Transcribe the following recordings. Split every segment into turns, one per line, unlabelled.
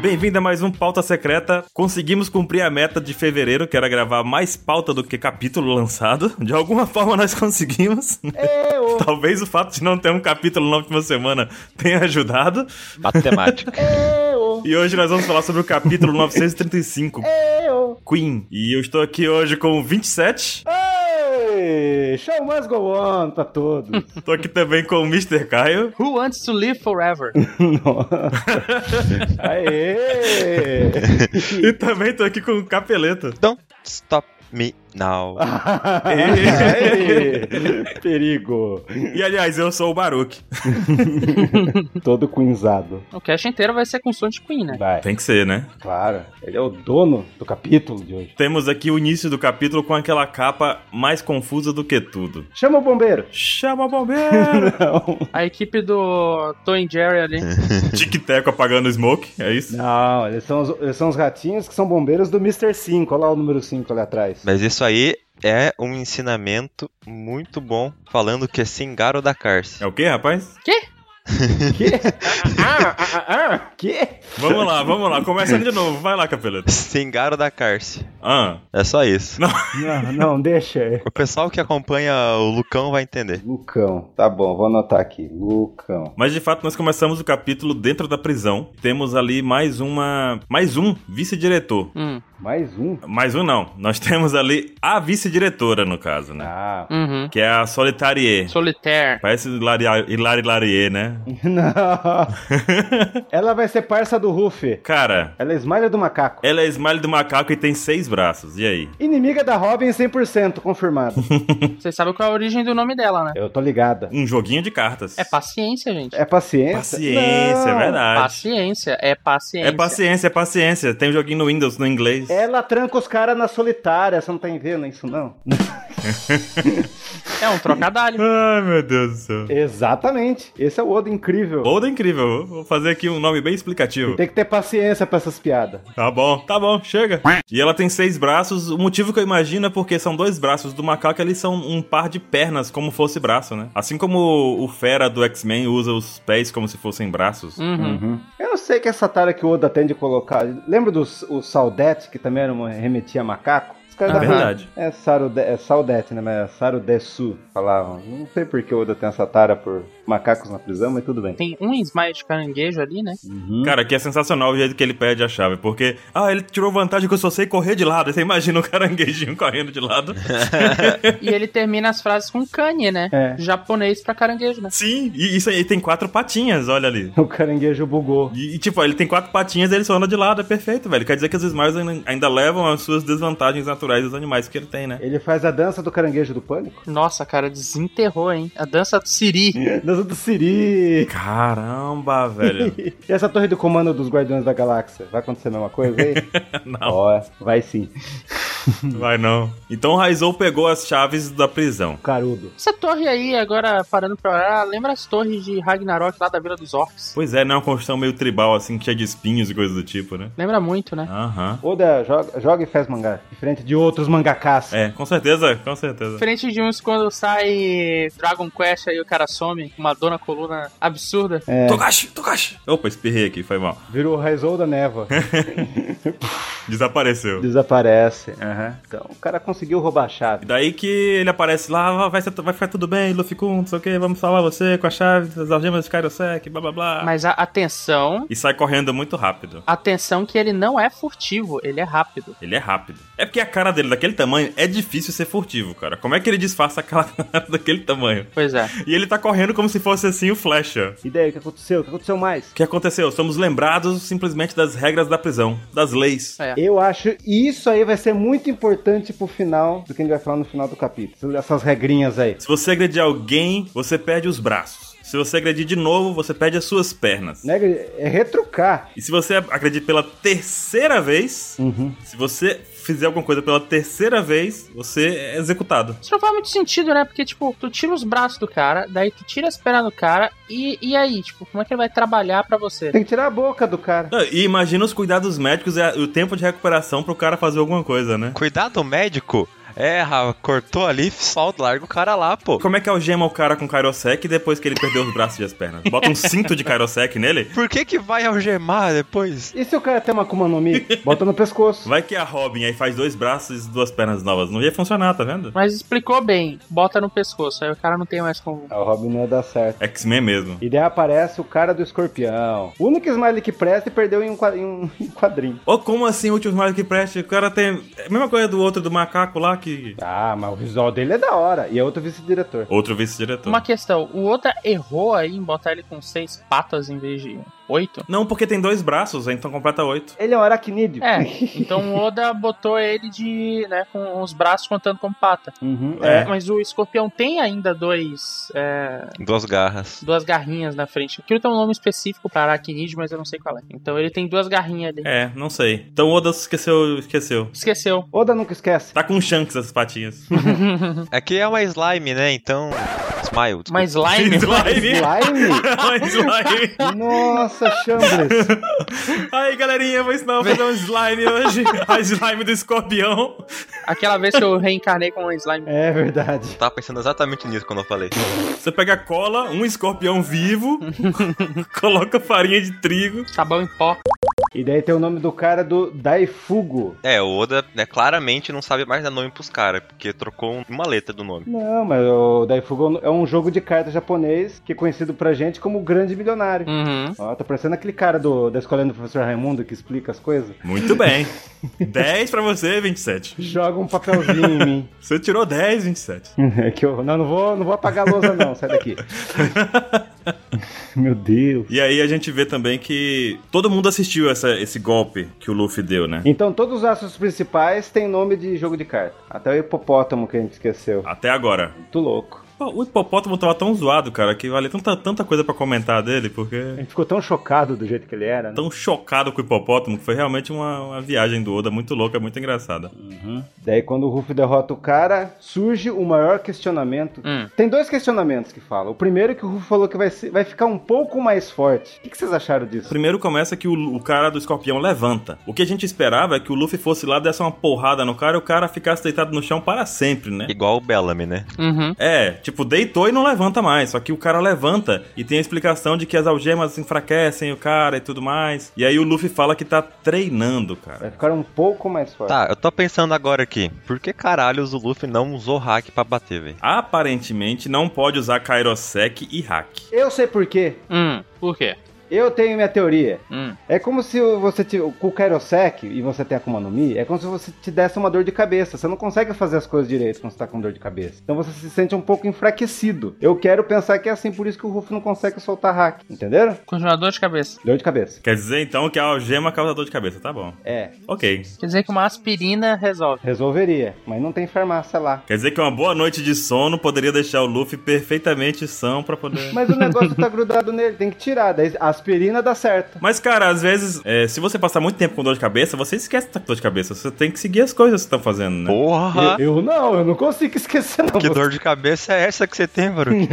Bem-vindo a mais um Pauta Secreta. Conseguimos cumprir a meta de fevereiro, que era gravar mais pauta do que capítulo lançado. De alguma forma nós conseguimos.
Eu.
Talvez o fato de não ter um capítulo na última semana tenha ajudado.
Matemática.
Eu.
E hoje nós vamos falar sobre o capítulo 935,
Eu.
Queen. E eu estou aqui hoje com o 27.
Ei, show must go on pra todos.
Estou aqui também com o Mr. Caio.
Who wants to live forever?
Aê!
E também estou aqui com o Capeleta.
Don't stop me now.
Ah, Aê! Perigo.
E aliás, eu sou o Baruque.
Todo quinzado.
O cast inteiro vai ser com som de Queen, né?
Vai,
Tem que ser, né?
claro. Ele é o dono do capítulo de hoje.
Temos aqui o início do capítulo com aquela capa mais confusa do que tudo.
Chama o bombeiro.
Chama o bombeiro!
Não.
A equipe do Tony Jerry ali.
É. Tic-teco apagando o smoke, é isso?
Não, eles são, os, eles são os ratinhos que são bombeiros do Mr. 5. Olha lá o número 5 ali atrás.
Mas isso aí é um ensinamento muito bom falando que é singaro da cárcere.
É o quê, rapaz?
Que? Ah, ah, ah, ah. Que?
Vamos lá, vamos lá. Começa de novo. Vai lá, capeleta.
Singaro da cárcere.
Ah,
É só isso.
Não, não, deixa aí.
O pessoal que acompanha o Lucão vai entender.
Lucão. Tá bom, vou anotar aqui. Lucão.
mas de fato nós começamos o capítulo dentro da prisão. Temos ali mais uma, mais um vice-diretor.
Hum.
Mais um.
Mais um não. Nós temos ali a vice-diretora no caso, né?
Ah.
Uhum.
Que é a Solitarie.
Solitaire.
Parece Hilaria- Hilari Larie, né?
Não. Ela vai ser parça do Ruffy.
Cara,
Ela é esmalha do macaco.
ela é smile do macaco e tem seis braços. E aí?
Inimiga da Robin 100%, confirmado.
Vocês sabem qual é a origem do nome dela, né?
Eu tô ligada.
Um joguinho de cartas.
É paciência, gente.
É paciência?
Paciência, é
Não.
verdade.
Paciência, é paciência.
É paciência, é paciência. Tem um joguinho no Windows, no inglês.
Ela tranca os caras na solitária, você não tá vendo isso, não?
É um trocadilho.
Ai, meu Deus do céu.
Exatamente. Esse é o Odo incrível.
Oda é incrível. Vou fazer aqui um nome bem explicativo.
Tem que ter paciência pra essas piadas.
Tá bom, tá bom, chega. E ela tem seis braços. O motivo que eu imagino é porque são dois braços do macaco, eles são um par de pernas, como fosse braço, né? Assim como o Fera do X-Men usa os pés como se fossem braços. É
Uhum.
Eu não sei que essa tara que o Oda tem de colocar. Lembra do S- o Saudete, que também era uma, remetia a macaco? Os caras
É
Ah,
da-
verdade.
É, Sarude, é Saudete, né? Mas é Sarudesu, falavam. Não sei por que o Oda tem essa tara por macacos na prisão, mas tudo bem.
Tem um smile de caranguejo ali, né?
Uhum.
Cara, que é sensacional o jeito que ele perde a chave, porque, ah, ele tirou vantagem que eu só sei correr de lado. Aí Você imagina o caranguejinho correndo de lado.
E ele termina as frases com Kanye, né?
É.
Japonês pra caranguejo, né?
Sim, e isso aí tem quatro patinhas, olha ali.
O caranguejo bugou.
E, e, tipo, ele tem quatro patinhas e ele só anda de lado, é perfeito, velho. Quer dizer que os Smiles ainda, ainda levam as suas desvantagens naturais dos animais que ele tem, né?
Ele faz a dança do caranguejo do pânico?
Nossa, cara, desenterrou, hein? A dança do Siri.
Dança do Siri!
Caramba, velho.
E essa torre do comando dos Guardiões da Galáxia? Vai acontecer a mesma coisa aí?
Não,
Ó, é, vai sim.
vai não. Então o Raizou pegou as chaves da prisão.
Carudo.
Essa torre aí, agora parando pra olhar, lembra as torres de Ragnarok lá da Vila dos Orcs?
Pois é, né? Uma construção meio tribal, assim, cheia de espinhos e coisa do tipo, né?
Lembra muito, né?
Aham.
Oda joga, joga e faz mangá. Diferente de outros mangakás.
É, com certeza, com certeza.
Diferente de uns quando sai Dragon Quest aí o cara some com uma dona coluna absurda.
É. Togashi, Togashi! Opa, espirrei aqui, foi mal.
Virou o Raizou da Neva.
Desapareceu.
Desaparece. Aham. Então, o cara conseguiu roubar a
E
chave.
daí que ele aparece lá, "Ah, vai, ser- vai ficar tudo bem, Luffy Kun, não sei o que, vamos salvar você com a chave das algemas de Kairosek, blá blá blá.
Mas a atenção,
E sai correndo muito rápido.
atenção que ele não é furtivo, ele é rápido.
Ele é rápido. É porque a cara dele daquele tamanho é difícil ser furtivo, cara. Como é que ele disfarça aquela cara daquele tamanho?
Pois é.
E ele tá correndo como se fosse assim o Flecha.
E daí, o que aconteceu? O que aconteceu mais?
O que aconteceu? Somos lembrados simplesmente das regras da prisão, das leis.
É.
Eu acho isso aí vai ser muito importante pro final do que a gente vai falar no final do capítulo. Essas regrinhas aí.
Se você agredir alguém, você perde os braços. Se você agredir de novo, você perde as suas pernas.
Não é- é retrucar.
E se você agredir pela terceira vez,
Uhum.
se você fizer alguma coisa pela terceira vez, você é executado.
Isso não faz muito sentido, né? Porque, tipo, tu tira os braços do cara, daí tu tira as pernas do cara, e, e aí, tipo, como é que ele vai trabalhar pra você?
Tem que tirar a boca do cara.
Não, Ah, E imagina os cuidados médicos e a- e o tempo de recuperação pro cara fazer alguma coisa, né?
Cuidado médico. É, Rafa, cortou ali, solta, larga o cara lá, pô.
Como é que algema o cara com Kairosek depois que ele perdeu os braços e as pernas? Bota um cinto de Kairosek nele?
Por que que vai algemar depois?
E se o cara tem uma Akuma no Mi? Bota no pescoço.
Vai que a Robin aí faz dois braços e duas pernas novas. Não ia funcionar, tá vendo?
Mas explicou bem, bota no pescoço, aí o cara não tem mais como.
Ah, O Robin não ia dar certo.
X-Men mesmo.
E daí aparece o cara do escorpião. O único smile que presta e perdeu em um, qua- em um- em um quadrinho.
Ô, como assim o último Mario que preste? O cara tem. É a mesma coisa do outro do macaco lá que.
Ah, mas o visual dele é da hora. E é outro vice-diretor.
Outro vice-diretor.
Uma questão, o Oda errou aí em botar ele com seis patas em vez de oito?
Não, porque tem dois braços, então completa oito.
Ele é um aracnídeo.
É, então o Oda botou ele de, né, com os braços contando como pata.
Uhum,
É.
é.
Mas o escorpião tem ainda dois, é,
Duas garras.
duas garrinhas na frente. Aquilo tem um nome específico para aracnídeo, mas eu não sei qual é. Então ele tem duas garrinhas ali.
É, não sei. Então o Oda esqueceu. esqueceu.
Esqueceu.
Oda nunca esquece.
Tá com Shanks as patinhas.
Aqui é uma slime, né? Então. Smile. desculpa.
Mas slime,
um slime!
Slime?
Um slime!
Nossa, Chambles.
Aí, galerinha, eu vou ensinar a fazer um slime hoje. A slime do escorpião.
Aquela vez que eu reencarnei com um slime.
É verdade.
Tava pensando exatamente nisso quando eu falei.
Você pega cola, um escorpião vivo, coloca farinha de trigo.
Sabão em pó.
E daí tem o nome do cara do Daifugo.
É, o Oda, né, claramente não sabe mais dar nome pros caras, porque trocou um- uma letra do nome.
Não, mas o Daifugo é um jogo de cartas japonês que é conhecido pra gente como o Grande Milionário.
Uhum.
Ó, tá parecendo aquele cara do, da escolinha do professor Raimundo que explica as coisas.
Muito bem. 10 pra você, 27.
Joga um papelzinho em mim.
Você tirou 10, 27.
É que eu, não, não vou, não vou apagar a lousa não, sai daqui. Meu Deus.
E aí a gente vê também que todo mundo assistiu essa- esse golpe que o Luffy deu, né?
Então todos os astros principais têm nome de jogo de carta. Até o hipopótamo que a gente esqueceu.
Até agora.
Muito louco.
Pô, O hipopótamo tava tão zoado, cara, que vale tanta, tanta coisa pra comentar dele,
A
porque.
gente ficou tão chocado do jeito que ele era, né?
Tão chocado com o hipopótamo que foi realmente uma, uma viagem do Oda muito louca, muito engraçada.
Daí quando o Ruff derrota o cara, surge o maior questionamento.
Hum.
Tem dois questionamentos que falam. O primeiro é que o Ruff falou que vai, ser- vai ficar um pouco mais forte. O que, que vocês acharam disso?
Primeiro começa que o, o cara do escorpião levanta. O que a gente esperava é que o Luffy fosse lá, desse uma porrada no cara e o cara ficasse deitado no chão para sempre, né?
Igual o Bellamy, né?
Uhum.
É, tipo, deitou e não levanta mais. Só que o cara levanta e tem a explicação de que as algemas enfraquecem o cara e tudo mais. E aí o Luffy fala que tá treinando,
Vai
cara.
ficar um pouco mais forte.
Tá, eu tô pensando agora aqui. Por que caralhos o Luffy não usou hack pra bater, velho?
Aparentemente não pode usar Kairosek e hack.
Eu sei por quê.
Hum. Por quê?
Eu tenho minha teoria.
Hum.
É como se o- você te, com o Kairosek e você tem Akuma no Mi, é como se você te desse uma dor de cabeça. Você não consegue fazer as coisas direito quando você tá com dor de cabeça. Então você se sente um pouco enfraquecido. Eu quero pensar que é assim, por isso que o Ruff não consegue soltar hack. Entenderam?
Continuador de cabeça.
Dor de cabeça.
Quer dizer então que a algema causa dor de cabeça, tá bom.
É,
Ok.
Quer dizer que uma aspirina resolve.
resolveria, mas não tem farmácia lá.
Quer dizer que uma boa noite de sono poderia deixar o Luffy perfeitamente são pra poder.
Mas o negócio tá grudado nele, tem que tirar. Daí a aspirina dá certo.
Mas, cara, às vezes, é, se você passar muito tempo com dor de cabeça, você esquece que tá com dor de cabeça. Você tem que seguir as coisas que você tá fazendo, né?
Porra!
Eu, eu não, eu não consigo esquecer não.
Que dor de cabeça é essa que você tem, Baruch?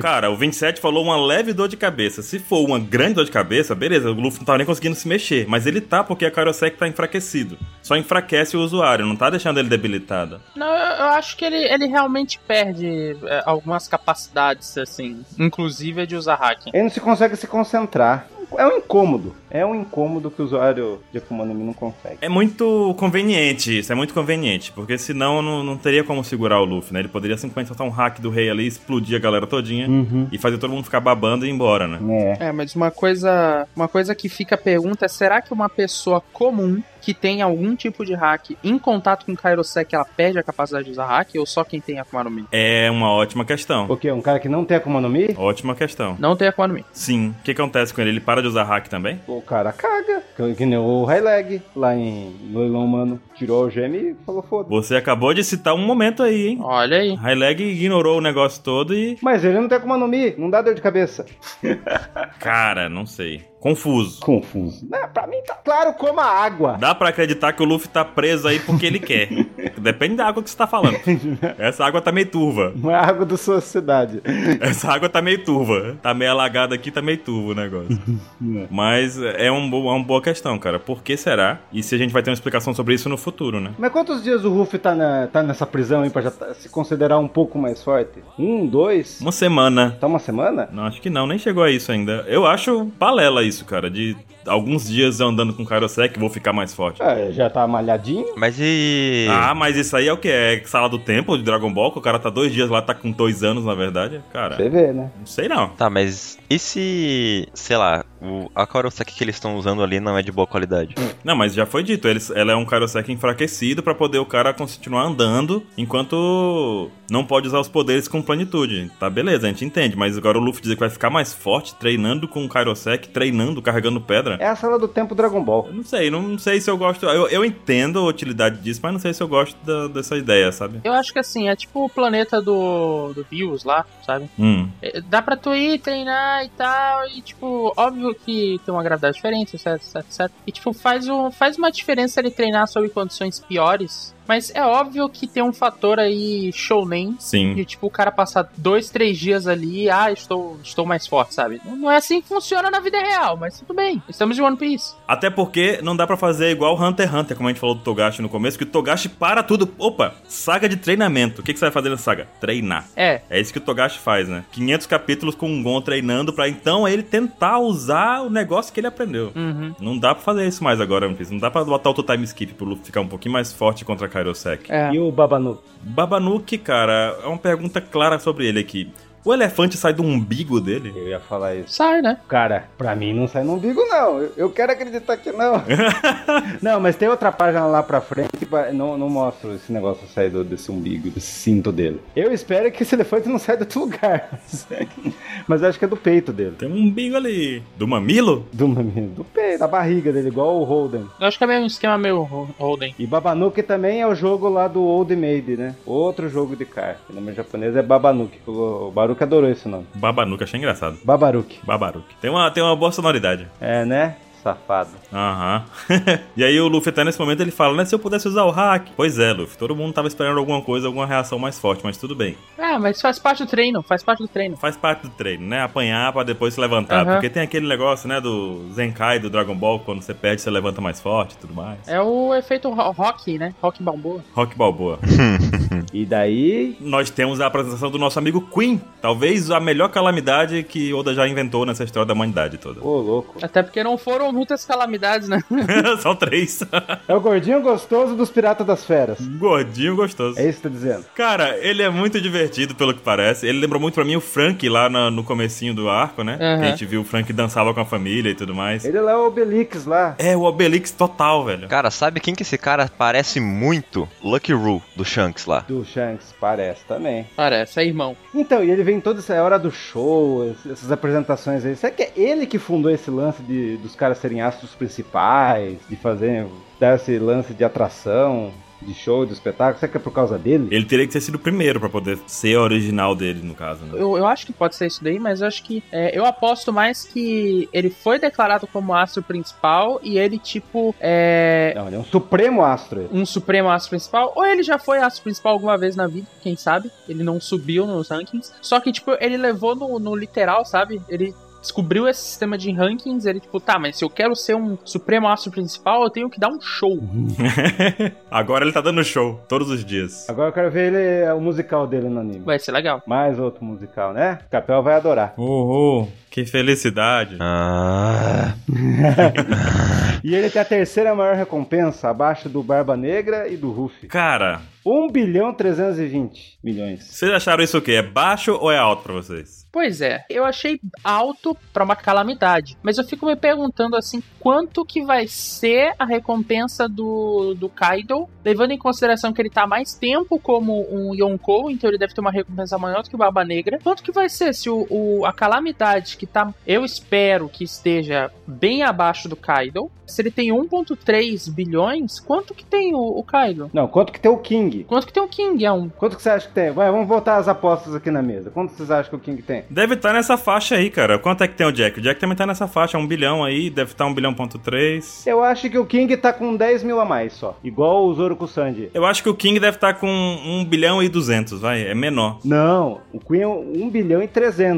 Cara, o 27 falou uma leve dor de cabeça. Se for uma grande dor de cabeça, beleza, o Luffy não tava nem conseguindo se mexer. Mas ele tá porque a Kairosek tá enfraquecido. Só enfraquece o usuário, não tá deixando ele debilitado.
Não, eu, eu acho que ele, ele realmente perde é, algumas capacidades, assim. Inclusive a de usar hack.
Ele não se consegue se concentrar. É um incômodo. É um incômodo que o usuário de Akuma no Mi não consegue.
É muito conveniente isso, é muito conveniente. Porque senão não, não teria como segurar o Luffy, né? Ele poderia simplesmente soltar um hack do rei ali, explodir a galera todinha
Uhum.
e fazer todo mundo ficar babando e ir embora, né?
É.
É, mas uma coisa, uma coisa que fica a pergunta é: será que uma pessoa comum que tem algum tipo de hack em contato com Kairosek ela perde a capacidade de usar hack ou só quem tem Akuma no Mi?
É uma ótima questão.
O quê? Um cara que não tem Akuma no Mi?
Ótima questão.
Não tem Akuma no Mi.
Sim. O que acontece com ele? Ele para de usar hack também?
O o cara caga. Que, que nem o High Leg lá em no Leilão Humano. Tirou o gema e falou foda.
Você acabou de citar um momento aí, hein?
Olha aí.
Highleg ignorou o negócio todo e.
Mas ele não tem Akuma no Mi, não dá dor de cabeça.
Cara, não sei. Confuso.
Confuso. Não, pra mim tá claro como a água.
Dá pra acreditar que o Luffy tá preso aí porque ele quer. Depende da água que você tá falando. Essa água tá meio turva.
Não é a água da sua cidade.
Essa água tá meio turva. Tá meio alagada aqui, tá meio turvo o negócio. Mas é, um, bo- é uma boa questão, cara. Por que será? E se a gente vai ter uma explicação sobre isso no futuro, né?
Mas quantos dias o Ruffy tá, na- tá nessa prisão aí pra já tá- se considerar um pouco mais forte? Um, dois?
Uma semana.
Tá uma semana?
Não, acho que não, nem chegou a isso ainda. Eu acho balela isso, cara. De alguns dias andando com Kairosek, vou ficar mais forte.
Ah, já tá malhadinho?
Mas e.
Ah, mas isso aí é o que? É sala do tempo de Dragon Ball? Que o cara tá dois dias lá, tá com dois anos, na verdade? Cara,
Você vê, né?
não sei não.
Tá, mas e se, sei lá, o, a Korosaki que eles estão usando ali não é de boa qualidade?
Não, mas já foi dito, eles, ela é um Kairosek enfraquecido pra poder o cara continuar andando enquanto não pode usar os poderes com plenitude. Tá, beleza, a gente entende, mas agora o Luffy dizer que vai ficar mais forte treinando com o Kairosek, treinando, carregando pedra.
É a sala do tempo Dragon Ball.
Eu não sei, não, não sei se eu gosto. Eu, eu entendo a utilidade disso, mas não sei se eu gosto da- dessa ideia, sabe?
Eu acho que assim, é tipo o planeta do, do Bills lá, sabe?
Hum.
É, Dá pra tu ir treinar e tal, e tipo, óbvio que tem uma gravidade diferente, etc, etc, etc. E tipo, faz, um, faz uma diferença ele treinar sob condições piores, mas é óbvio que tem um fator aí shounen,
Sim.
de tipo, o cara passar dois, três dias ali, ah, estou, estou mais forte, sabe? Não não é assim que funciona na vida real, mas tudo bem, estamos de One Piece.
Até porque não dá pra fazer igual Hunter x Hunter, como a gente falou do Togashi no começo, que o Togashi para tudo. Opa, saga de treinamento. O que, que você vai fazer nessa saga? Treinar.
É,
É isso que o Togashi faz, né? 500 capítulos com o Gon treinando pra então ele tentar usar o negócio que ele aprendeu.
uhum.
Não dá pra fazer isso mais agora, One Piece. Não dá pra botar outro time skip pro Luffy ficar um pouquinho mais forte contra Kairosek.
É.
E o Babanu?
Babanuki, cara, é uma pergunta clara sobre ele aqui. O elefante sai do umbigo dele?
Eu ia falar isso.
Sai, né?
Cara, pra mim não sai no umbigo, não. Eu, eu quero acreditar que não. não, mas tem outra página lá pra frente que pa- não, não mostra esse negócio sair do, desse umbigo, desse cinto dele. Eu espero que esse elefante não saia do outro lugar. mas eu acho que é do peito dele.
Tem um umbigo ali. Do mamilo?
Do, mamilo, do peito, da barriga dele, igual o Holden.
Eu acho que é meio um esquema meio ho- Holden.
E Babanuki também é o jogo lá do Old Maid, né? Outro jogo de carta. O nome japonês é Babanuki. O Baruki adorou esse nome.
Babanuki, achei engraçado.
Babaruki.
Babaruki. Tem uma, tem uma boa sonoridade.
É, né? Safado.
Aham. e aí o Luffy até nesse momento ele fala, né? Se eu pudesse usar o hack. Pois é, Luffy. Todo mundo tava esperando alguma coisa, alguma reação mais forte, mas tudo bem.
É, mas faz parte do treino, faz parte do treino.
Faz parte do treino, né? Apanhar pra depois se levantar.
Aham.
Porque tem aquele negócio, né? Do Zenkai, do Dragon Ball. Quando você perde, você levanta mais forte e tudo mais.
É o efeito ro- rock, né? Rock Balboa.
Rock Balboa.
E daí,
Nós temos a apresentação do nosso amigo Queen. Talvez a melhor calamidade que Oda já inventou nessa história da humanidade toda.
ô louco.
Até porque não foram muitas calamidades, né?
São três.
É o gordinho gostoso dos Piratas das Feras.
Gordinho gostoso.
É isso que tá dizendo.
Cara, ele é muito divertido, pelo que parece. Ele lembrou muito pra mim o Frank lá na- no comecinho do arco, né?
Aham.
Que a gente viu o Frank dançava com a família e tudo mais.
Ele lá é o Obelix lá.
É o Obelix total, velho.
Cara, sabe quem que esse cara parece muito? Lucky Roo, do Shanks lá.
Do Shanks, parece também.
Parece, é irmão.
Então, e ele vem toda essa hora do show, ess- essas apresentações aí. Será que é ele que fundou esse lance de, dos caras serem astros principais, de fazer dar esse lance de atração, de show, de espetáculo? Será que é por causa dele?
Ele teria que ter sido o primeiro pra poder ser a original dele, no caso, né?
Eu, eu acho que pode ser isso daí, mas eu acho que. é, eu aposto mais que ele foi declarado como astro principal e ele, tipo, é.
Não, ele é um supremo astro. ele.
Um supremo astro principal, ou ele já foi astro principal alguma vez na vida, quem sabe? Ele não subiu nos rankings. Só que, tipo, ele levou no, no literal, sabe? Ele descobriu esse sistema de rankings. Ele, tipo, tá, mas se eu quero ser um supremo astro principal, eu tenho que dar um show.
Agora ele tá dando show, todos os dias.
Agora eu quero ver ele, é, o musical dele no anime.
Vai ser legal.
Mais outro musical, né? O Capel vai adorar.
Uhul, que felicidade.
Ah,
E ele tem a terceira maior recompensa, abaixo do Barba Negra e do Ruffy.
Cara,
1 bilhão 320 milhões.
vocês acharam isso o quê? É baixo ou é alto pra vocês?
Pois é, eu achei alto pra uma calamidade, mas eu fico me perguntando assim, quanto que vai ser a recompensa do, do Kaido, levando em consideração que ele tá há mais tempo como um Yonkou, então ele deve ter uma recompensa maior do que o Barba Negra. Quanto que vai ser se o, o- a calamidade que tá. Eu espero que esteja bem abaixo do Kaido. Se ele tem 1,3 bilhões, quanto que tem o, o Kaido?
Não, quanto que tem o King?
Quanto que tem o King? É um.
Quanto que você acha que tem? Vai, vamos voltar às apostas aqui na mesa. Quanto vocês acham que o King tem?
Deve estar nessa faixa aí, cara. Quanto é que tem o Jack? O Jack também tá nessa faixa, um bilhão aí, deve estar um bilhão ponto três.
Eu acho que o King tá com 10 mil a mais só. Igual o Zoro com o Sanji.
Eu acho que o King deve estar com um bilhão e duzentos, vai, é menor.
Não, o Queen é 1 bilhão e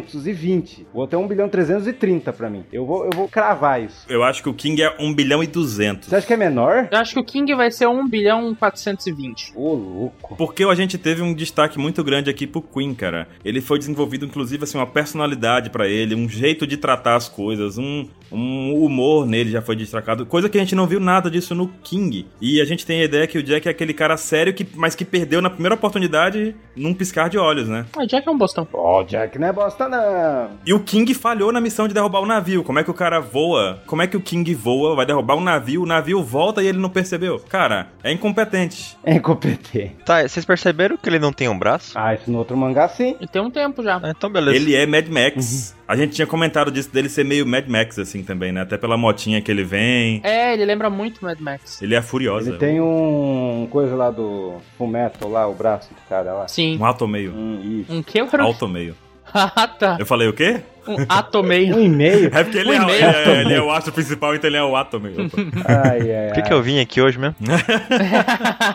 320. O outro é 1 bilhão e 330 pra mim. Eu vou, eu vou cravar isso.
Eu acho que o King é um bilhão e duzentos.
Você acha que é menor?
Eu acho que o King vai ser 1 bilhão e 420.
Ô, louco.
Porque a gente teve um destaque muito grande aqui pro Queen, cara. Ele foi desenvolvido, inclusive, assim, uma personalidade pra ele, um jeito de tratar as coisas, um, um humor nele já foi destacado. Coisa que a gente não viu nada disso no King. E a gente tem a ideia que o Jack é aquele cara sério, que, mas que perdeu na primeira oportunidade num piscar de olhos, né?
Ah, Jack é um bostão.
Ó, Jack não é bosta, não.
E o King falhou na missão de derrubar o navio. Como é que o cara voa? Como é que o King voa, vai derrubar o navio, o navio volta e ele não percebeu? Cara, é incompetente.
É incompetente.
Tá, vocês perceberam que ele não tem um braço?
Ah, isso no outro mangá sim.
E tem um tempo já.
Ah, então beleza.
Ele é Mad
Uhum.
Max. A gente tinha comentado disso dele ser meio Mad Max, assim, também, né? Até pela motinha que ele vem.
É, ele lembra muito Mad Max.
Ele é furiosa.
Ele tem um coisa lá do Fumeto lá, o braço do cara lá.
Sim.
Um alto meio.
Hum, isso.
Um que, Baruch?
Alto meio.
Ah, tá.
Eu falei o quê?
Um atomeio.
Um e-mail?
É porque ele,
Um
é,
e-mail.
ele é- ele é o ato principal, então ele é o ato meio. Opa.
Ai, ai,
Por que, que eu vim aqui hoje mesmo?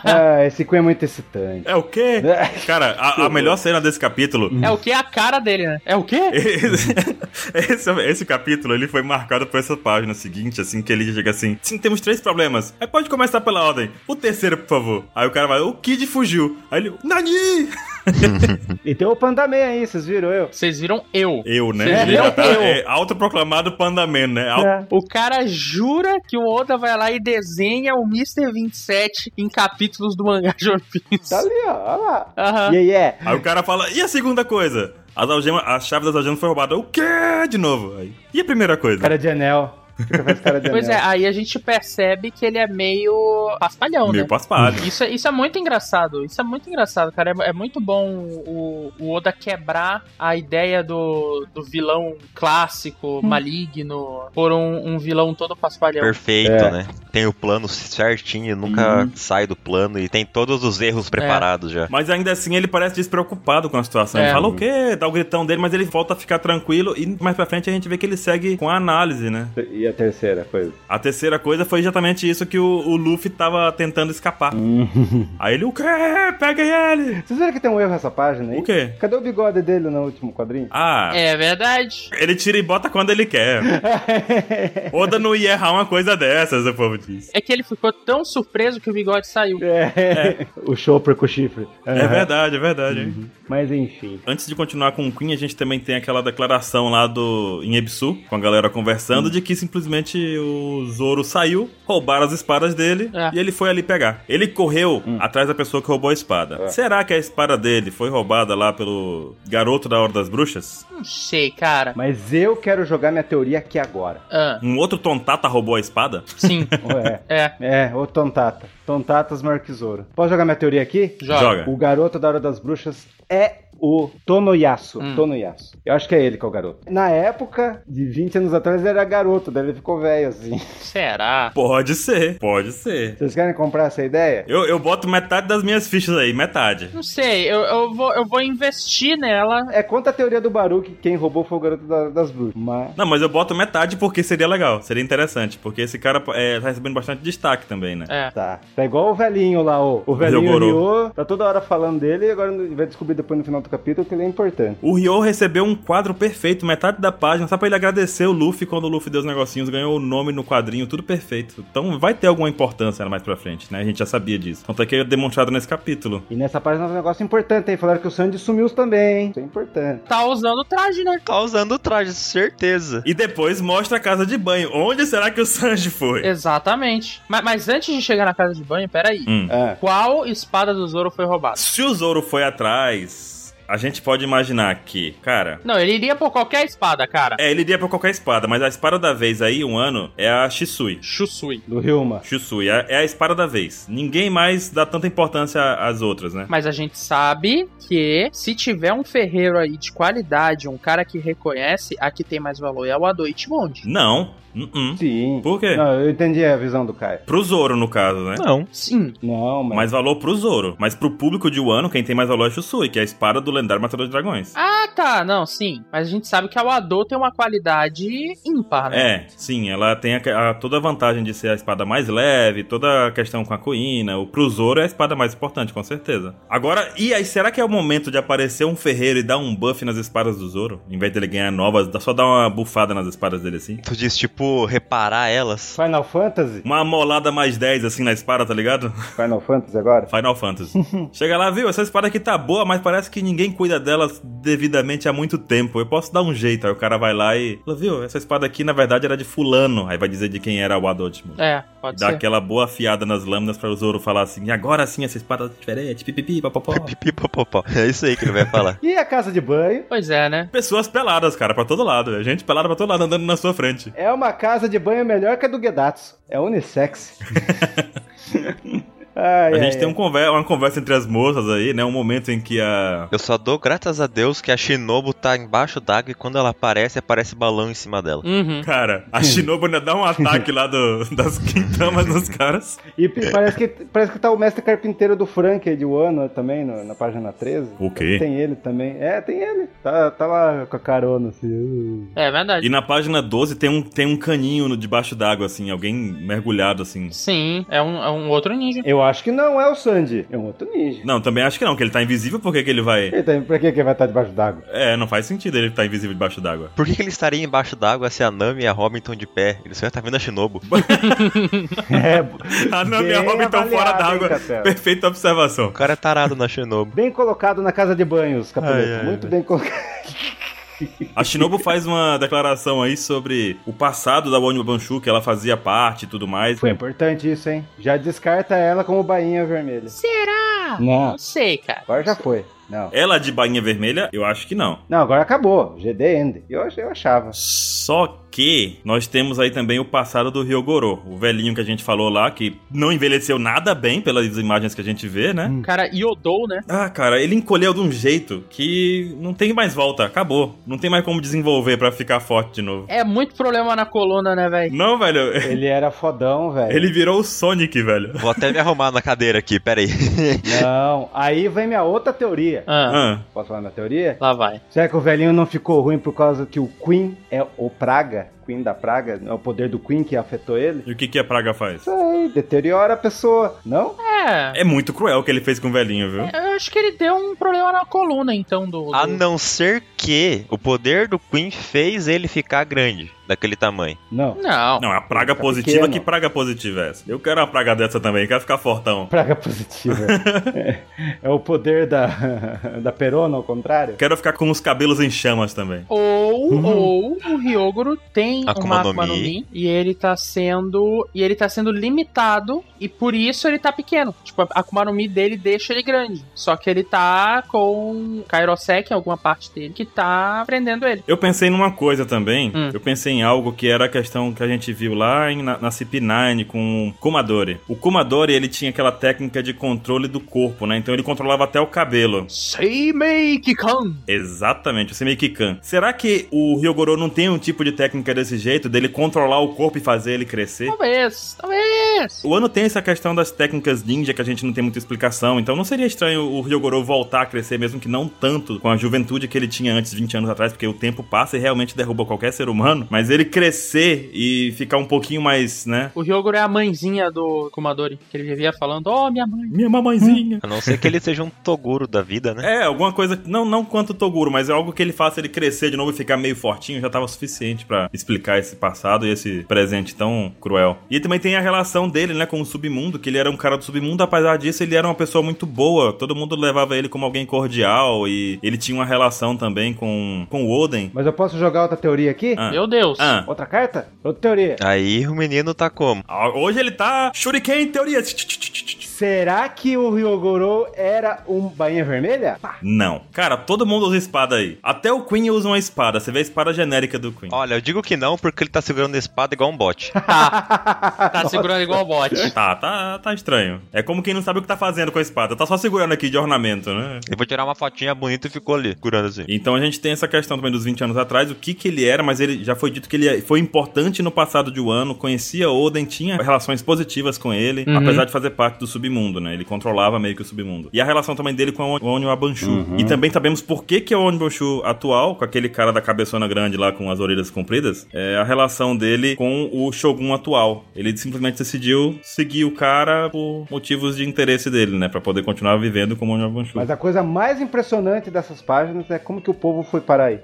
Ah, esse Queen é muito excitante.
É o quê? Cara, a, a
Uhum.
melhor cena desse capítulo.
É o que? A cara dele, né? É o quê?
Esse, esse, esse capítulo ele foi marcado por essa página seguinte, assim, que ele chega assim: Sim, temos três problemas. Aí pode começar pela ordem. O terceiro, por favor. Aí o cara vai, o Kid fugiu. Aí ele, Nani!
E tem o Pandaman aí, vocês viram eu?
Vocês viram eu.
Eu, né?
Sim,
ele já
eu,
tá
eu.
é, autoproclamado pandaman, né? Au-
É.
O cara jura que o Oda vai lá e desenha o Mr. 27 em capítulos do mangá de One Piece.
Tá ali, ó, olha lá.
Aham.
E aí é.
Aí o cara fala, e a segunda coisa? As algemas, a chave das algemas foi roubada. O quê? De novo. Aí, e a primeira coisa?
Cara de anel. Fica faz cara de anel.
Pois é, aí a gente percebe que ele é meio paspalhão,
Meio
né?
paspalho.
Isso, é- isso é muito engraçado, isso é muito engraçado, cara. É, é muito bom o, o Oda quebrar a ideia do, do vilão clássico, maligno, por um, um vilão todo paspalhão.
Perfeito,
É.
né? Tem o plano certinho, nunca sai do plano e tem todos os erros preparados já.
Mas ainda assim ele parece despreocupado com a situação. Ele
É.
fala o quê? Dá o gritão dele, mas ele volta a ficar tranquilo e mais pra frente a gente vê que ele segue com a análise, né?
E a terceira coisa?
A terceira coisa foi exatamente isso que o, o Luffy tava tentando escapar.
Uhum.
Aí ele, o quê? Pega ele!
Vocês viram que tem um erro nessa página aí?
O quê?
Cadê o bigode dele no último quadrinho?
Ah,
É verdade.
ele tira e bota quando ele quer. Oda não ia errar uma coisa dessas, o povo diz.
É que ele ficou tão surpreso que o bigode saiu.
É. O Chopper com o chifre.
É
Aham.
verdade, é verdade. hein?
Mas enfim.
Antes de continuar com o Queen, a gente também tem aquela declaração lá do em Ebisu, com a galera conversando, de que simplesmente o Zoro saiu, roubaram as espadas dele
É.
e ele foi ali pegar. Ele correu atrás da pessoa que roubou a espada. Será que a espada dele foi roubada lá pelo garoto da Hora das Bruxas?
Não sei, cara.
Mas eu quero jogar minha teoria aqui agora.
Ah,
Um outro tontata roubou a espada?
sim,
Ué.
é.
É, o Tontata. Tontatas maior que Zoro. Posso jogar minha teoria aqui?
Joga.
Joga.
O garoto da Hora das Bruxas é o Tonoyasu. Tonoyasu. Eu acho que é ele que é o garoto. Na época, de 20 anos atrás, ele era garoto, daí ele ficou velho assim.
Será?
Pode ser, pode ser.
Vocês querem comprar essa ideia?
Eu, eu boto metade das minhas fichas aí, metade.
Não sei, eu, eu, vou, eu vou investir nela.
É contra a teoria do Baru que quem roubou foi o garoto da Hora das Bruxas. Mas.
Não, mas eu boto metade porque seria legal, seria interessante, porque esse cara é, tá recebendo bastante destaque também, né?
É.
Tá. Tá igual o velhinho lá, ô. O velhinho
Ryogoro.
Ryo, tá toda hora falando dele e agora vai descobrir depois no final do capítulo que ele é importante.
O Ryo recebeu um quadro perfeito, metade da página, só pra ele agradecer o Luffy quando o Luffy deu os negocinhos, ganhou o nome no quadrinho, tudo perfeito. Então vai ter alguma importância mais pra frente, né? A gente já sabia disso. Tanto é que é demonstrado nesse capítulo.
E nessa página tem um negócio importante, hein? Falaram que o Sandy sumiu também, hein? Isso é importante.
Tá usando o traje, né?
Tá usando o traje, certeza.
E depois mostra a casa de banho. Onde será que o Sanji foi?
Exatamente. Ma- Mas, antes de chegar na casa de banho, peraí.
Hum.
Ah.
Qual espada do Zoro foi roubada?
Se o Zoro foi atrás. a gente pode imaginar que, cara.
Não, ele iria por qualquer espada, cara.
É, ele iria pra qualquer espada, mas a espada da vez aí, um ano, é a Shisui.
Chusui.
Do Ryuma.
Shisui, é é a espada da vez. Ninguém mais dá tanta importância às outras, né?
Mas a gente sabe que se tiver um ferreiro aí de qualidade, um cara que reconhece, a que tem mais valor é o Ado Ichibonji.
Não. Uh-uh.
Sim.
Por quê?
Não, eu entendi a visão do Caio.
Pro Zoro, no caso, né?
Não.
Sim.
Não, mas.
Mais valor pro Zoro. Mas pro público de Wano, quem tem mais valor é a Shisui, que é a espada do lendário Matador de Dragões.
Ah, tá. Não, sim. Mas a gente sabe que a Wado tem uma qualidade ímpar, né?
É, sim, ela tem a- a- toda a vantagem de ser a espada mais leve, toda a questão com a coina. O pro Zoro é a espada mais importante, com certeza. Agora, e aí, será que é o momento de aparecer um ferreiro e dar um buff nas espadas do Zoro? Em vez dele ganhar novas, dá- só dar uma bufada nas espadas dele assim?
Tu diz, tipo, reparar elas.
Final Fantasy?
Uma molada mais 10 assim na espada, tá ligado?
Final Fantasy agora?
Final Fantasy. Chega lá, viu? Essa espada aqui tá boa, mas parece que ninguém cuida dela devidamente há muito tempo. Eu posso dar um jeito. Aí o cara vai lá e. fala, Viu? Essa espada aqui na verdade era de Fulano. Aí vai dizer de quem era o Adotimo.
É, pode
Dá
ser.
aquela boa afiada nas lâminas pra o Zoro falar assim: e agora sim essa espada tá diferente, pipipi, papapó.
Pipipopopó. É isso aí que ele vai falar.
E a casa de banho?
Pois é, né?
Pessoas peladas, cara, pra todo lado. É Gente pelada pra todo lado andando na sua frente.
É uma casa de banho melhor que a do Gedatsu. É unissex. Ai,
A
ai,
gente tem
ai.
um conver- uma conversa entre as moças aí, né? Um momento em que a.
Eu só dou graças a Deus que a Shinobu tá embaixo d'água e quando ela aparece, aparece balão em cima dela.
Uhum.
Cara,
Hum.
a Shinobu ainda dá um ataque lá do, das quintamas nos caras.
E p- parece que, parece que tá o mestre carpinteiro do Frank aí de Wano também, no- na página 13.
O quê?
Tem ele também. É, tem ele. Tá, tá lá com a carona, assim. Uh.
É verdade.
E na página 12 tem um, tem um caninho no- debaixo d'água, assim, alguém mergulhado, assim.
Sim, é um, é um outro ninja.
Eu acho que não é o Sandy. É um outro ninja.
Não, também acho que não, que ele tá invisível, por que que ele vai...
Ele tá, pra que que ele vai estar debaixo d'água?
É, não faz sentido ele tá invisível debaixo d'água.
Por que, que ele estaria embaixo d'água se a Nami e a Robin estão de pé? Ele só ia estar vendo a Shinobu.
É,
Ah, não, minha
bem
roupa então fora
avaliado,
d'água.
hein, Capela?
Perfeita observação.
O cara é tarado na Shinobu.
Bem colocado na casa de banhos,
Ai,
Capeleto.
ai,
Muito
ai.
bem colocado.
A Shinobu faz uma declaração aí sobre o passado da Wani Banshu, que ela fazia parte e tudo mais.
Foi importante isso, hein? Já descarta ela como bainha vermelha.
Será?
Não.
Não sei, cara.
Agora já foi. Não.
Ela de bainha vermelha? Eu acho que não.
Não, agora acabou. GD End. Eu, ach- eu achava.
Só que nós temos aí também o passado do Ryogoro, o velhinho que a gente falou lá, que não envelheceu nada bem pelas imagens que a gente vê, né?
Cara, Yodou, né?
Ah, cara, ele encolheu de um jeito que não tem mais volta, acabou. Não tem mais como desenvolver pra ficar forte de novo.
É muito problema na coluna, né, velho?
Não, velho,
Ele era fodão, velho.
ele virou o Sonic, velho.
Vou até me arrumar na cadeira aqui, peraí.
Não, aí vem minha outra teoria.
Ah,
Ah,
Posso falar minha teoria?
lá vai.
Será que o velhinho não ficou ruim por causa que o Queen é o Praga? Queen da Praga? É o poder do Queen que afetou ele?
e o que, que a praga faz?
Isso aí, deteriora a pessoa, não?
É.
É muito cruel o que ele fez com o velhinho, viu?
Eu acho que ele deu um problema na coluna, então, do.
A
do-
Ah, não ser que o poder do Queen fez ele ficar grande, daquele tamanho.
Não.
Não.
Não, a praga
Tá
positiva,
pequeno.
que praga positiva é essa? Eu quero uma praga dessa também, quero ficar fortão.
Praga positiva. é, é o poder da, da perona, ao contrário?
Quero ficar com os cabelos em chamas também.
Ou,
Hum.
ou o Ryogoro tem
Uhum. Akuma
uma
no
Akuma no
Mi.
Mi e ele tá sendo. E ele tá sendo limitado e por isso ele tá pequeno. Tipo, a Akuma no Mi dele deixa ele grande. Só que ele tá com Kairosek em alguma parte dele que tá prendendo ele.
Eu pensei numa coisa também.
Hum.
Eu pensei em algo que era a questão que a gente viu lá em- na, na CP9 com o Kumadori. O Kumadori, ele tinha aquela técnica de controle do corpo, né? Então ele controlava até o cabelo.
Seimei Kikan!
Exatamente, o Semikikan. Será que o Ryogoro não tem um tipo de técnica desse jeito, dele controlar o corpo e fazer ele crescer?
Talvez, talvez.
O ano tem essa questão das técnicas ninja que a gente não tem muita explicação, então não seria estranho o Ryogoro voltar a crescer, mesmo que não tanto com a juventude que ele tinha antes, 20 anos atrás, porque o tempo passa e realmente derruba qualquer ser humano, mas ele crescer e ficar um pouquinho mais, né?
O Ryogoro é a mãezinha do Kumadori, que ele vivia falando, oh, minha mãe.
Minha mamãezinha.
A não ser que ele seja um Toguro da vida, né?
É, alguma coisa, não, não quanto o Toguro, mas é algo que ele faça ele crescer de novo e ficar meio fortinho, já tava suficiente pra explicar esse passado e esse presente tão cruel. E também tem a relação dele, né, com o submundo, que ele era um cara do submundo, apesar disso ele era uma pessoa muito boa, todo mundo levava ele como alguém cordial e ele tinha uma relação também com, com o Oden.
Mas eu posso jogar outra teoria aqui?
Ah.
Meu Deus.
Ah,
Outra carta? Outra teoria.
Aí o menino tá como?
hoje ele tá shuriken em teoria.
Será que o Ryogoro era um bainha vermelha? Pá.
Não. Cara, todo mundo usa espada aí. Até o Queen usa uma espada. Você vê a espada genérica do Queen.
Olha, eu digo que não porque ele tá segurando a espada igual um bote.
Tá segurando igual o bote.
Tá, tá, tá estranho. É como quem não sabe o que tá fazendo com a espada. Tá só segurando aqui de ornamento, né?
Eu vou tirar uma fotinha bonita e ficou ali, curando assim.
Então a gente tem essa questão também dos 20 anos atrás, o que que ele era, mas ele já foi dito que ele é, foi importante no passado de Wano, conhecia Oden, tinha relações positivas com ele,
Uhum.
apesar de fazer parte do submundo, né? Ele controlava meio que o submundo. E a relação também dele com o Onyo Abanshu. E também sabemos por que que o Onyo Abanshu atual, com aquele cara da cabeçona grande lá com as orelhas compridas, é a relação dele com o Shogun atual. Ele simplesmente decidiu seguir o cara por motivos de interesse dele, né? Pra poder continuar vivendo como Onyo Abanshu.
Mas a coisa mais impressionante dessas páginas é como que o povo foi parar aí.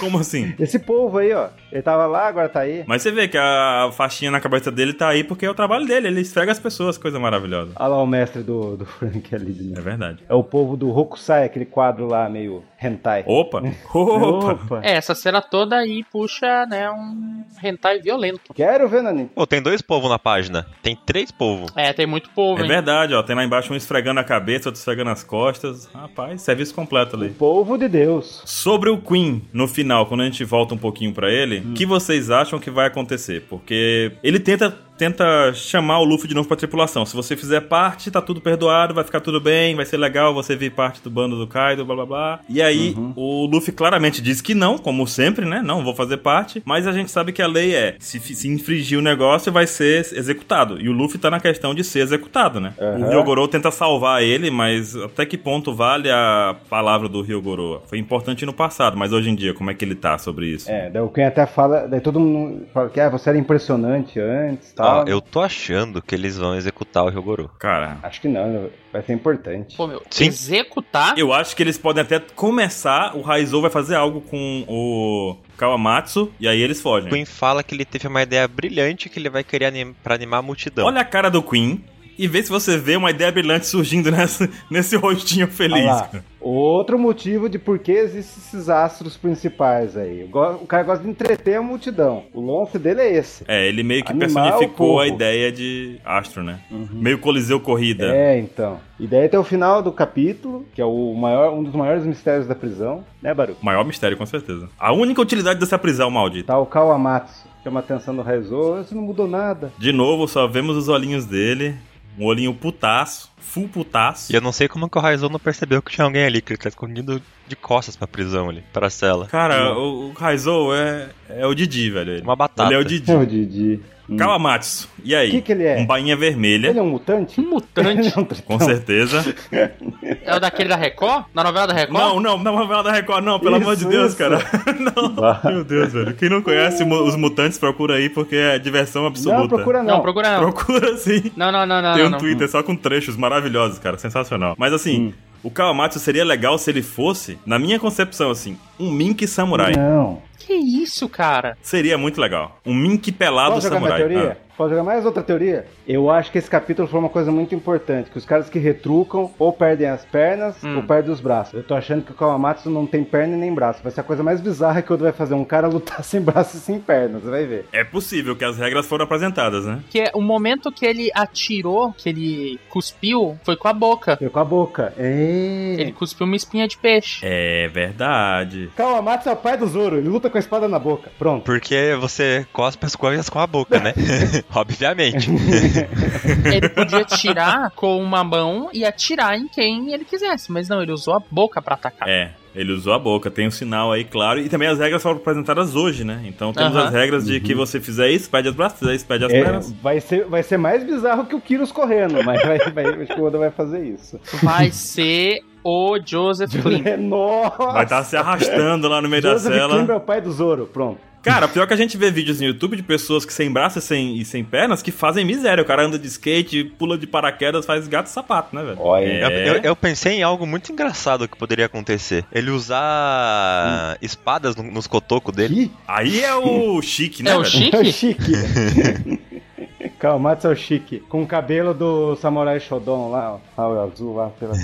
Como assim?
Esse povo aí, ó, ele tava lá, agora tá aí.
Mas você vê que a faixinha na cabeça dele tá aí porque é o trabalho dele, ele esfrega as pessoas, coisa maravilhosa.
Olha lá o mestre do, do Frank ali de
É
novo.
verdade.
É o povo do Hokusai, aquele quadro lá meio hentai.
Opa! Opa!
É, essa cena toda aí puxa, né, um hentai violento.
Quero ver, Nani.
Pô, tem dois povos na página. Tem três povos.
É, tem muito povo,
É
hein?
verdade, ó. Tem lá embaixo um esfregando a cabeça, outro esfregando as costas. Rapaz, serviço completo ali.
Povo de Deus.
Sobre o Queen, no final, quando a gente volta um pouquinho pra ele, o que vocês acham que vai acontecer? Porque ele tenta, tenta chamar o Luffy de novo pra tripulação. Se você fizer parte, tá tudo perdoado, vai ficar tudo bem, vai ser legal você vir parte do bando do Kaido, blá blá blá. E aí, o Luffy claramente diz que não, como sempre, né? Não, vou fazer parte. Mas a gente sabe que a lei é: se, fi- se infringir o negócio, vai ser executado. E o Luffy tá na questão de ser executado, né?
Aham.
O Ryogoro tenta salvar ele, mas até que ponto vale a palavra do Ryogoro? Foi importante no passado, mas hoje em dia, como é que ele tá sobre isso?
É, daí o Ken até fala, daí todo mundo fala que ah, você era impressionante antes e tal.
Ó, eu tô achando que eles vão executar o Ryogoro.
Cara,
Acho que não, vai ser importante.
Pô, meu,
Sim.
executar
eu acho que eles podem até começar. O Raizou vai fazer algo com o Kawamatsu, e aí eles fogem.
O Queen fala que ele teve uma ideia brilhante que ele vai querer anim pra animar a multidão.
então.
Olha a cara do Queen e vê se você vê uma ideia brilhante surgindo nessa, nesse rostinho
Olha
feliz.
lá.
cara.
Outro motivo de por que existem esses astros principais aí. Eu go- O cara gosta de entreter a multidão. O lance dele é esse.
É, ele meio que
Animar o
personificou
povo.
a ideia de Astro, né? Meio Coliseu Corrida.
Uhum. É, então. E daí até o final do capítulo, que é o maior, um dos maiores mistérios da prisão, né, Baru?
O Maior mistério, com certeza. A única utilidade dessa prisão, maldita.
Tá o Kawamatsu, chama a atenção é do Raizo, isso não mudou nada.
De novo, só vemos os olhinhos dele. Um olhinho putaço, full putaço.
E eu não sei como que o Raizou não percebeu que tinha alguém ali, que ele tá escondido de costas pra prisão ali, pra cela.
Cara, o, o Raizou é, é o Didi, velho. Ele,
Uma batata.
Ele é o Didi.
É o Didi. Hum.
Kawamatsu, e aí?
O que que ele é?
Um bainha vermelha,
Ele é um mutante?
um mutante.
Ele é um tritão.
com certeza.
é o daquele da Record? Da novela da Record?
Não, não, não, novela da Record, não, pelo
Isso,
amor de Deus,
isso.
cara. não, meu Deus, velho. Quem não conhece mu- os mutantes, procura aí, porque é diversão absoluta.
Não, procura
Não,
não.
procura não.
Procura sim.
Não, não, não, não.
Tem um
Ah, não, não.
Twitter só com trechos maravilhosos, cara. Sensacional. Mas assim,
Hum.
o Kawamatsu seria legal se ele fosse, na minha concepção, assim, um Mink Samurai.
Não.
Que isso, cara?
Seria muito legal. Um Mink pelado
Posso jogar
samurai. Ah.
minha teoria? Posso jogar mais outra teoria? Eu acho que esse capítulo foi uma coisa muito importante, que os caras que retrucam ou perdem as pernas
Hum.
ou perdem os braços. Eu tô achando que o Kawamatsu não tem perna e nem braço. Vai ser a coisa mais bizarra que o Oda vai fazer, um cara lutar sem braço e sem perna, você vai ver.
Ah, é possível que as regras foram apresentadas, né?
Que é o momento que ele atirou, que ele cuspiu, foi com a boca.
Eu com a boca.
Ele
É.
cuspiu uma espinha de peixe.
É verdade.
Kawamatsu é o pai do Zoro, ele luta com a espada na boca. Pronto.
Porque você cospe as coisas com a boca, né? Obviamente.
Ele podia tirar com uma mão e atirar em quem ele quisesse, mas não, ele usou a boca pra atacar.
É. Ele usou a boca, tem um sinal aí, claro. E também as regras foram apresentadas hoje, né? Então temos
Aham.
as regras de que você fizer isso, perde as braças, fizer isso, perde as
Uhum. É,
pernas.
vai, ser, vai ser mais bizarro que o Kiros correndo, mas vai, vai, acho que o Oda vai fazer isso.
Vai ser o Joseph Flynn.
Nossa!
Vai estar se arrastando lá no meio
Joseph
da cela.
Klimber é o pai do Zoro, pronto.
Cara, pior que a gente vê vídeos no YouTube de pessoas que sem braço e sem, e sem pernas que fazem miséria. O cara anda de skate, pula de paraquedas, faz gato e sapato, né, velho?
Olha.
É.
Eu, eu- eu pensei em algo muito engraçado que poderia acontecer. Ele usar espadas no- nos cotocos dele.
Que?
Aí é o chique, né?
É o
velho?
chique?
É chique. Kawamatsu é o chique. Com o cabelo do Samurai Shodown lá, ó. Ah, o azul lá. Pela...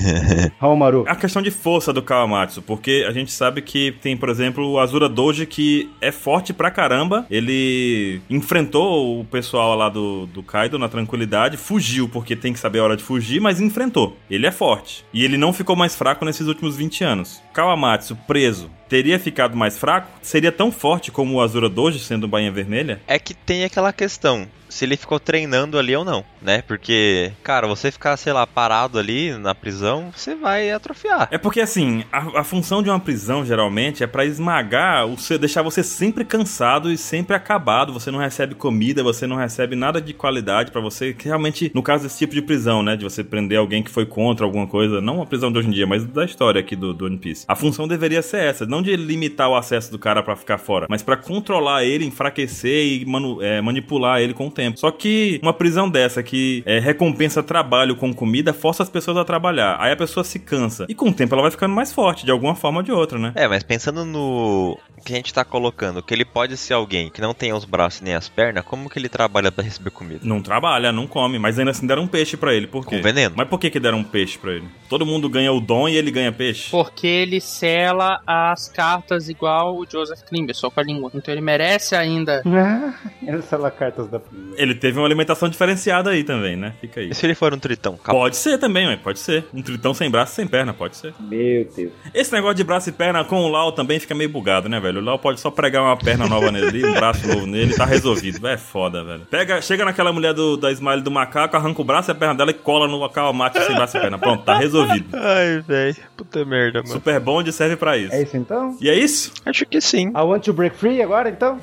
Haomaru.
A questão de força do Kawamatsu, porque a gente sabe que tem, por exemplo, o Azura Doji, que é forte pra caramba. Ele enfrentou o pessoal lá do, do Kaido na tranquilidade, fugiu, porque tem que saber a hora de fugir, mas enfrentou. Ele é forte. E ele não ficou mais fraco nesses últimos 20 anos. Kawamatsu, preso, teria ficado mais fraco? Seria tão forte como o Azura Doji, sendo bainha vermelha?
É que tem aquela questão. Se ele ficou treinando ali ou não, né? Porque, cara, você ficar, sei lá, parado ali na prisão, você vai atrofiar.
É porque assim, a, a função de uma prisão geralmente é pra esmagar, o seu, deixar você sempre cansado e sempre acabado. Você não recebe comida, você não recebe nada de qualidade pra você. Que realmente, no caso desse tipo de prisão, né, de você prender alguém que foi contra alguma coisa, não a prisão de hoje em dia, mas da história aqui do, do One Piece. A função deveria ser essa, não de limitar o acesso do cara pra ficar fora, mas pra controlar ele, enfraquecer e manu- é, manipular ele com o tempo. Só que uma prisão dessa que é, recompensa trabalho com comida força as pessoas a trabalhar. Aí a pessoa se cansa e com o tempo ela vai ficando mais forte de alguma forma ou de outra, né?
É, mas pensando no que a gente tá colocando, que ele pode ser alguém que não tem os braços nem as pernas, como que ele trabalha pra receber comida?
Não trabalha, não come, mas ainda assim deram um peixe pra ele. Por quê?
Com veneno.
Mas por que que deram um peixe pra ele? Todo mundo ganha o dom e ele ganha peixe?
Porque ele sela as cartas igual o Joseph Klimber, só com a língua. Então ele merece ainda.
Uhum. Essa lá cartas da prisão.
Ele teve uma alimentação diferenciada aí também, né? Fica aí.
E se ele for um tritão? Cap-
Pode ser também, ué, pode ser. Um tritão sem braço, sem perna, pode ser.
Meu Deus.
Esse negócio de braço e perna com o Lau também fica meio bugado, né, velho? O Lau pode só pregar uma perna nova nele, um braço novo nele, tá resolvido. É foda, velho. Pega, chega naquela mulher do, da Smile do macaco, arranca o braço e a perna dela e cola no Kawamata sem braço e perna. Pronto, tá resolvido.
Ai, velho. Puta merda, mano.
Super bonde serve pra isso.
É isso então?
E é isso?
Acho que sim.
I want to break free agora então?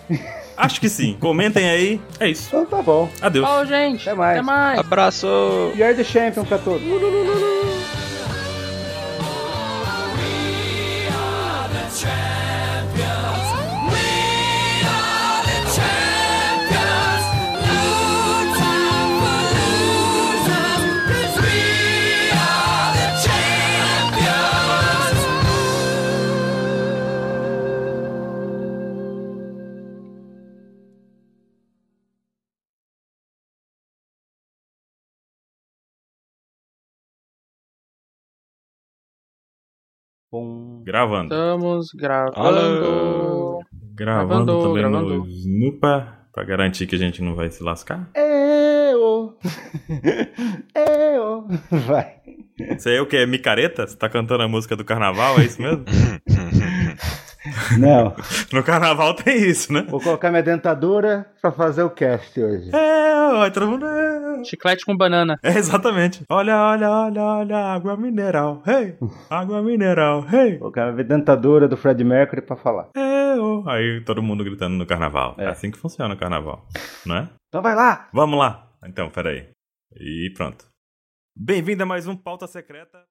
Acho que sim. Comentem aí. É isso.
Então tá bom.
Adeus.
Falou, gente.
Até mais.
Até mais.
Abraço.
You are the champion pra todos. Bom.
Gravando.
Estamos gravando.
Alô.
Gravando,
Gravando,
também no
gravando.
Snupa. Pra garantir que a gente não vai se lascar.
Eu. Eu. Vai.
Você é o quê? Micareta? Você tá cantando a música do carnaval? É isso mesmo?
Não.
no carnaval tem isso, né?
Vou colocar minha dentadura pra fazer o cast hoje.
É, ó, todo mundo. É.
Chiclete com banana.
É, exatamente. Olha, olha, olha, olha, água mineral. Hey, água mineral. Hey.
Vou colocar minha dentadura do Fred Mercury pra falar.
É, ó. Aí todo mundo gritando no carnaval. É,
É.
assim que funciona o carnaval, não é?
Então vai lá.
Vamos lá. Então, peraí. E pronto. Bem-vindo a mais um Pauta Secreta.